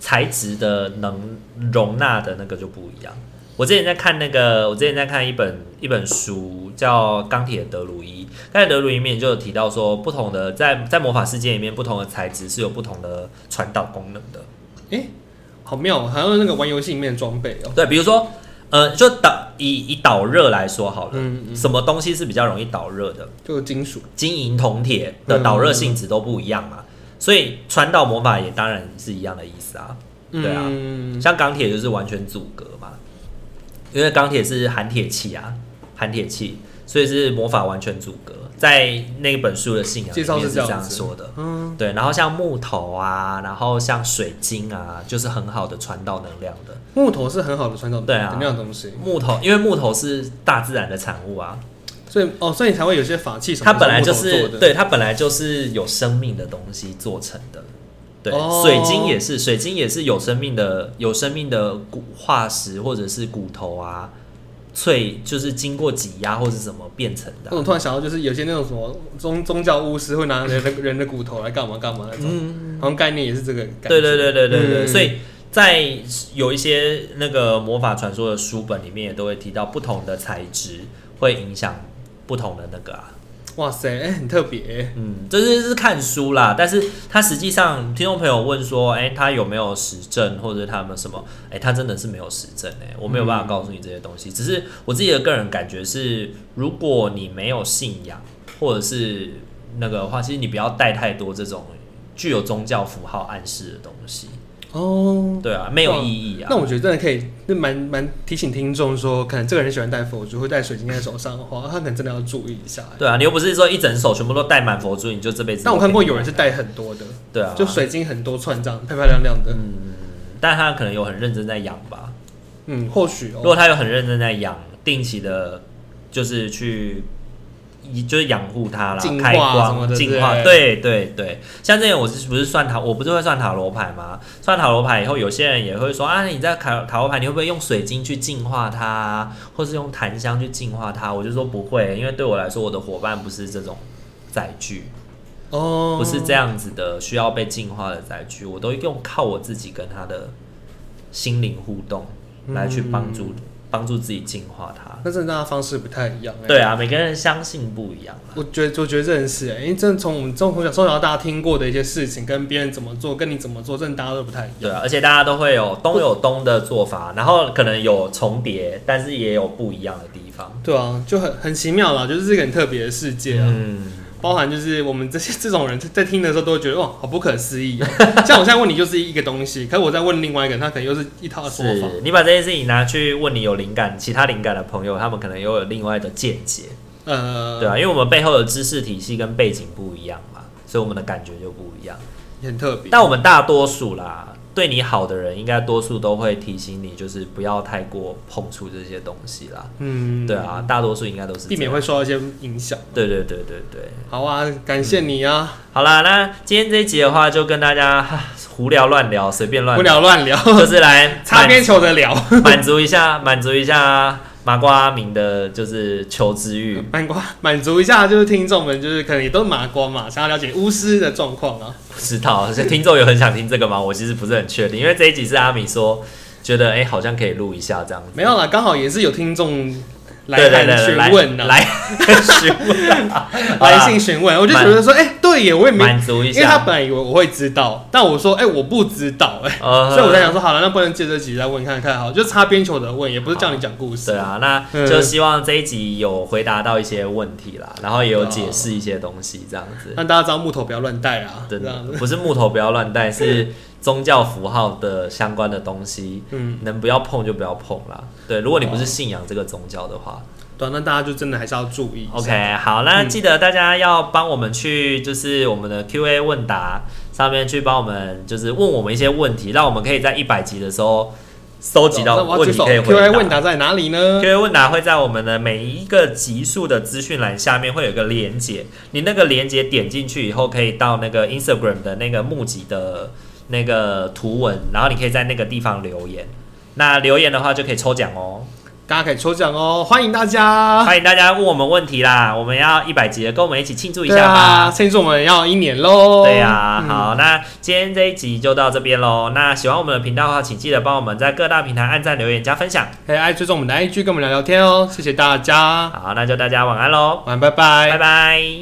A: 材质的能容纳的那个就不一样。我之前在看那个，我之前在看一本一本书叫《钢铁德鲁伊》，《钢铁德鲁伊》里面就有提到说，不同的在在魔法世界里面，不同的材质是有不同的传导功能的。
B: 哎、好妙哦，好像那个玩游戏里面的装备哦。
A: 对，比如说，呃，就导以以导热来说好了，
B: 嗯嗯，
A: 什么东西是比较容易导热的？
B: 就金属。
A: 金银铜铁
B: 嗯
A: 的导热性质都不一样嘛，所以传导魔法也当然是一样的意思啊。对啊
B: 嗯
A: 像钢铁就是完全阻隔嘛，因为钢铁是含铁气啊，含铁气，所以是魔法完全阻隔。在那本书的信仰
B: 介
A: 里
B: 绍
A: 面
B: 是
A: 是
B: 这
A: 这
B: 样
A: 样
B: 子
A: 说的。
B: 嗯，
A: 对，然后像木头啊，然后像水晶啊，就是很好的传导能量的。
B: 木头是很好的传统
A: 对啊
B: 能量的东西，
A: 木头，因为木头是大自然的产物啊，
B: 所以哦，所以才会有些法器什么
A: 它
B: 的
A: 本来就
B: 木头
A: 是
B: 做的，
A: 对，它本来就是有生命的东西做成的。对，
B: 哦
A: 水晶也是，水晶也是有生命的，有生命的骨化石或者是骨头啊，脆就是经过挤压或者什么变成的
B: 那
A: 啊、
B: 我突然想到，就是有些那种什么宗宗教巫师会拿人的人的骨头来干嘛干嘛那种，
A: 嗯，
B: 好像概念也是这个感觉。
A: 对对对对对对，
B: 嗯
A: 所以在有一些那个魔法传说的书本里面也都会提到，不同的材质会影响不同的那个啊，
B: 哇塞，哎、很特别、
A: 嗯，这就是看书啦，但是他实际上听众朋友问说，哎、他有没有实证，或者他们什么？哎、他真的是没有实证哎、我没有办法告诉你这些东
B: 嗯
A: 西，只是我自己的个人感觉是，如果你没有信仰或者是那个的话，其实你不要带太多这种具有宗教符号暗示的东西，
B: 哦。
A: 对啊，没有意义啊
B: 那。我觉得真的可以，那蛮蛮提醒听众说，可能这个人喜欢戴佛珠，会戴水晶在手上的话，他可能真的要注意一下、
A: 对啊，你又不是说一整手全部都戴满佛珠，你就这辈子。
B: 但我看过有人是，戴很多的，
A: 对啊，
B: 就水晶很多串这样，漂漂亮亮的。
A: 嗯但他可能有很认真在养吧。
B: 嗯，或许
A: 如
B: 哦，
A: 果他有很认真在养，定期的，就是去，以就是养护它啦，
B: 净化
A: 开
B: 什么
A: 光、
B: 的
A: 净化，对
B: 对
A: 对对。像这个，我是不是算塔，我不是会算塔罗牌吗？算塔罗牌以后，有些人也会说啊，你在塔塔罗牌，你会不会用水晶去净化它啊，或是用檀香去净化它？我就说不会，因为对我来说，我的伙伴不是这种载具，
B: 哦，
A: 不是这样子的需要被净化的载具，我都用靠我自己跟他的心灵互动
B: 嗯
A: 来去帮助帮、助自己净化它。
B: 那真的大家方式不太一样、欸。
A: 对啊，每个人相信不一样啊啦。
B: 我觉得，我觉得这件事、欸，因为真的从我们从从小从小到大听过的一些事情，跟别人怎么做，跟你怎么做，真的大家都不太一
A: 对
B: 样。
A: 啊，而且大家都会有东有东的做法，然后可能有重叠，但是也有不一样的地方。
B: 对啊，就很很奇妙啦，就是这个很特别的世界啊，
A: 嗯，
B: 包含就是我们这些 <laughs> 这种人在在听的时候都会觉得哇，好不可思议、哦像我现在问你就是一个东西，可是我在问另外一个人，他可能又是一套说法。
A: 是你把这件事情拿去问你有灵感、其他灵感的朋友，他们可能又有另外的见解，
B: 呃，
A: 对啊，因为我们背后的知识体系跟背景不一样嘛，所以我们的感觉就不一样。
B: 很特别。
A: 但我们大多数啦，对你好的人，应该多数都会提醒你，就是不要太过碰触这些东西啦。
B: 嗯，
A: 对，啊，大多数应该都是这
B: 避
A: 样
B: 免会。受到一些影响。
A: 对对对对对，
B: 好啊，感谢你啊，
A: 好啦，那今天这一集的话，就跟大家哈胡聊乱聊，随便嗯乱
B: 不
A: 聊，
B: 聊乱聊，
A: <laughs> 就是来
B: 擦边球的聊。 <laughs>
A: 满满足一下，满足一下麻瓜阿明的就是求知欲。
B: 满瓜满足一下，就是听众们，就是可能也都是麻瓜嘛，想要了解巫师的状况啊。
A: 不知道，是听众有很想听这个吗？我其实不是很确定，因为这一集是阿明说觉得哎、诶好像可以录一下这样子。
B: 没有啦，刚好也是有听众来
A: 对对
B: 函
A: 对
B: 询
A: 来
B: 问呐、
A: 来询问啊，好
B: 来
A: 啦
B: 信询问，我就觉得说，哎、对耶，我也没，
A: 满足一
B: 因为他
A: 下。
B: 本来以为我会知道，但我说，哎、我不知道、哎、
A: 呃
B: 所以我在想说，好了，那不能借这集再问看看，好，就擦边球的问，也不是叫你讲故事，
A: 对，啊，那就希望这一集有回答到一些问题啦，然后也有解释一些东西，这样子。
B: 让大家知道木头不要乱带啊，这
A: 真的
B: 样子，
A: 不是木头不要乱带，是宗教符号的相关的东西，
B: 嗯，
A: 能不要碰就不要碰啦。对，如果你不是信仰这个宗教的话
B: 对啊、那大家就真的还是要注意一下
A: ，OK，好，那
B: 嗯
A: 记得大家要帮我们去，就是我们的 Q&A 问答上面去帮我们，就是问我们一些问题，让我们可以在一百集的时候收集到
B: 哦啊那我要
A: 问
B: 举
A: 题
B: 手
A: 可以回
B: ，Q&A
A: 答。
B: 问答在哪里呢？
A: 因为问答会在我们的每一个集数的资讯栏下面会有一个连接，你那个连接点进去以后，可以到那个 Instagram 的那个募集的那个图文，然后你可以在那个地方留言。那留言的话就可以抽奖哦，
B: 大家可以抽奖哦，欢迎大家。
A: 欢迎大家问我们问题啦，我们要一百集了，跟我们一起庆祝一
B: 对
A: 下
B: 啊，
A: 吧。
B: 庆祝我们要一年喽！
A: 对啊呀、
B: 嗯，
A: 好，那今天这一集就到这边喽。那喜欢我们的频道的话，请记得帮我们在各大平台按赞、留言、加分享。
B: 可以爱追踪我们的 IG，跟我们聊聊天哦，谢谢大家，
A: 好，那就大家晚安喽，
B: 晚安，拜拜
A: 拜拜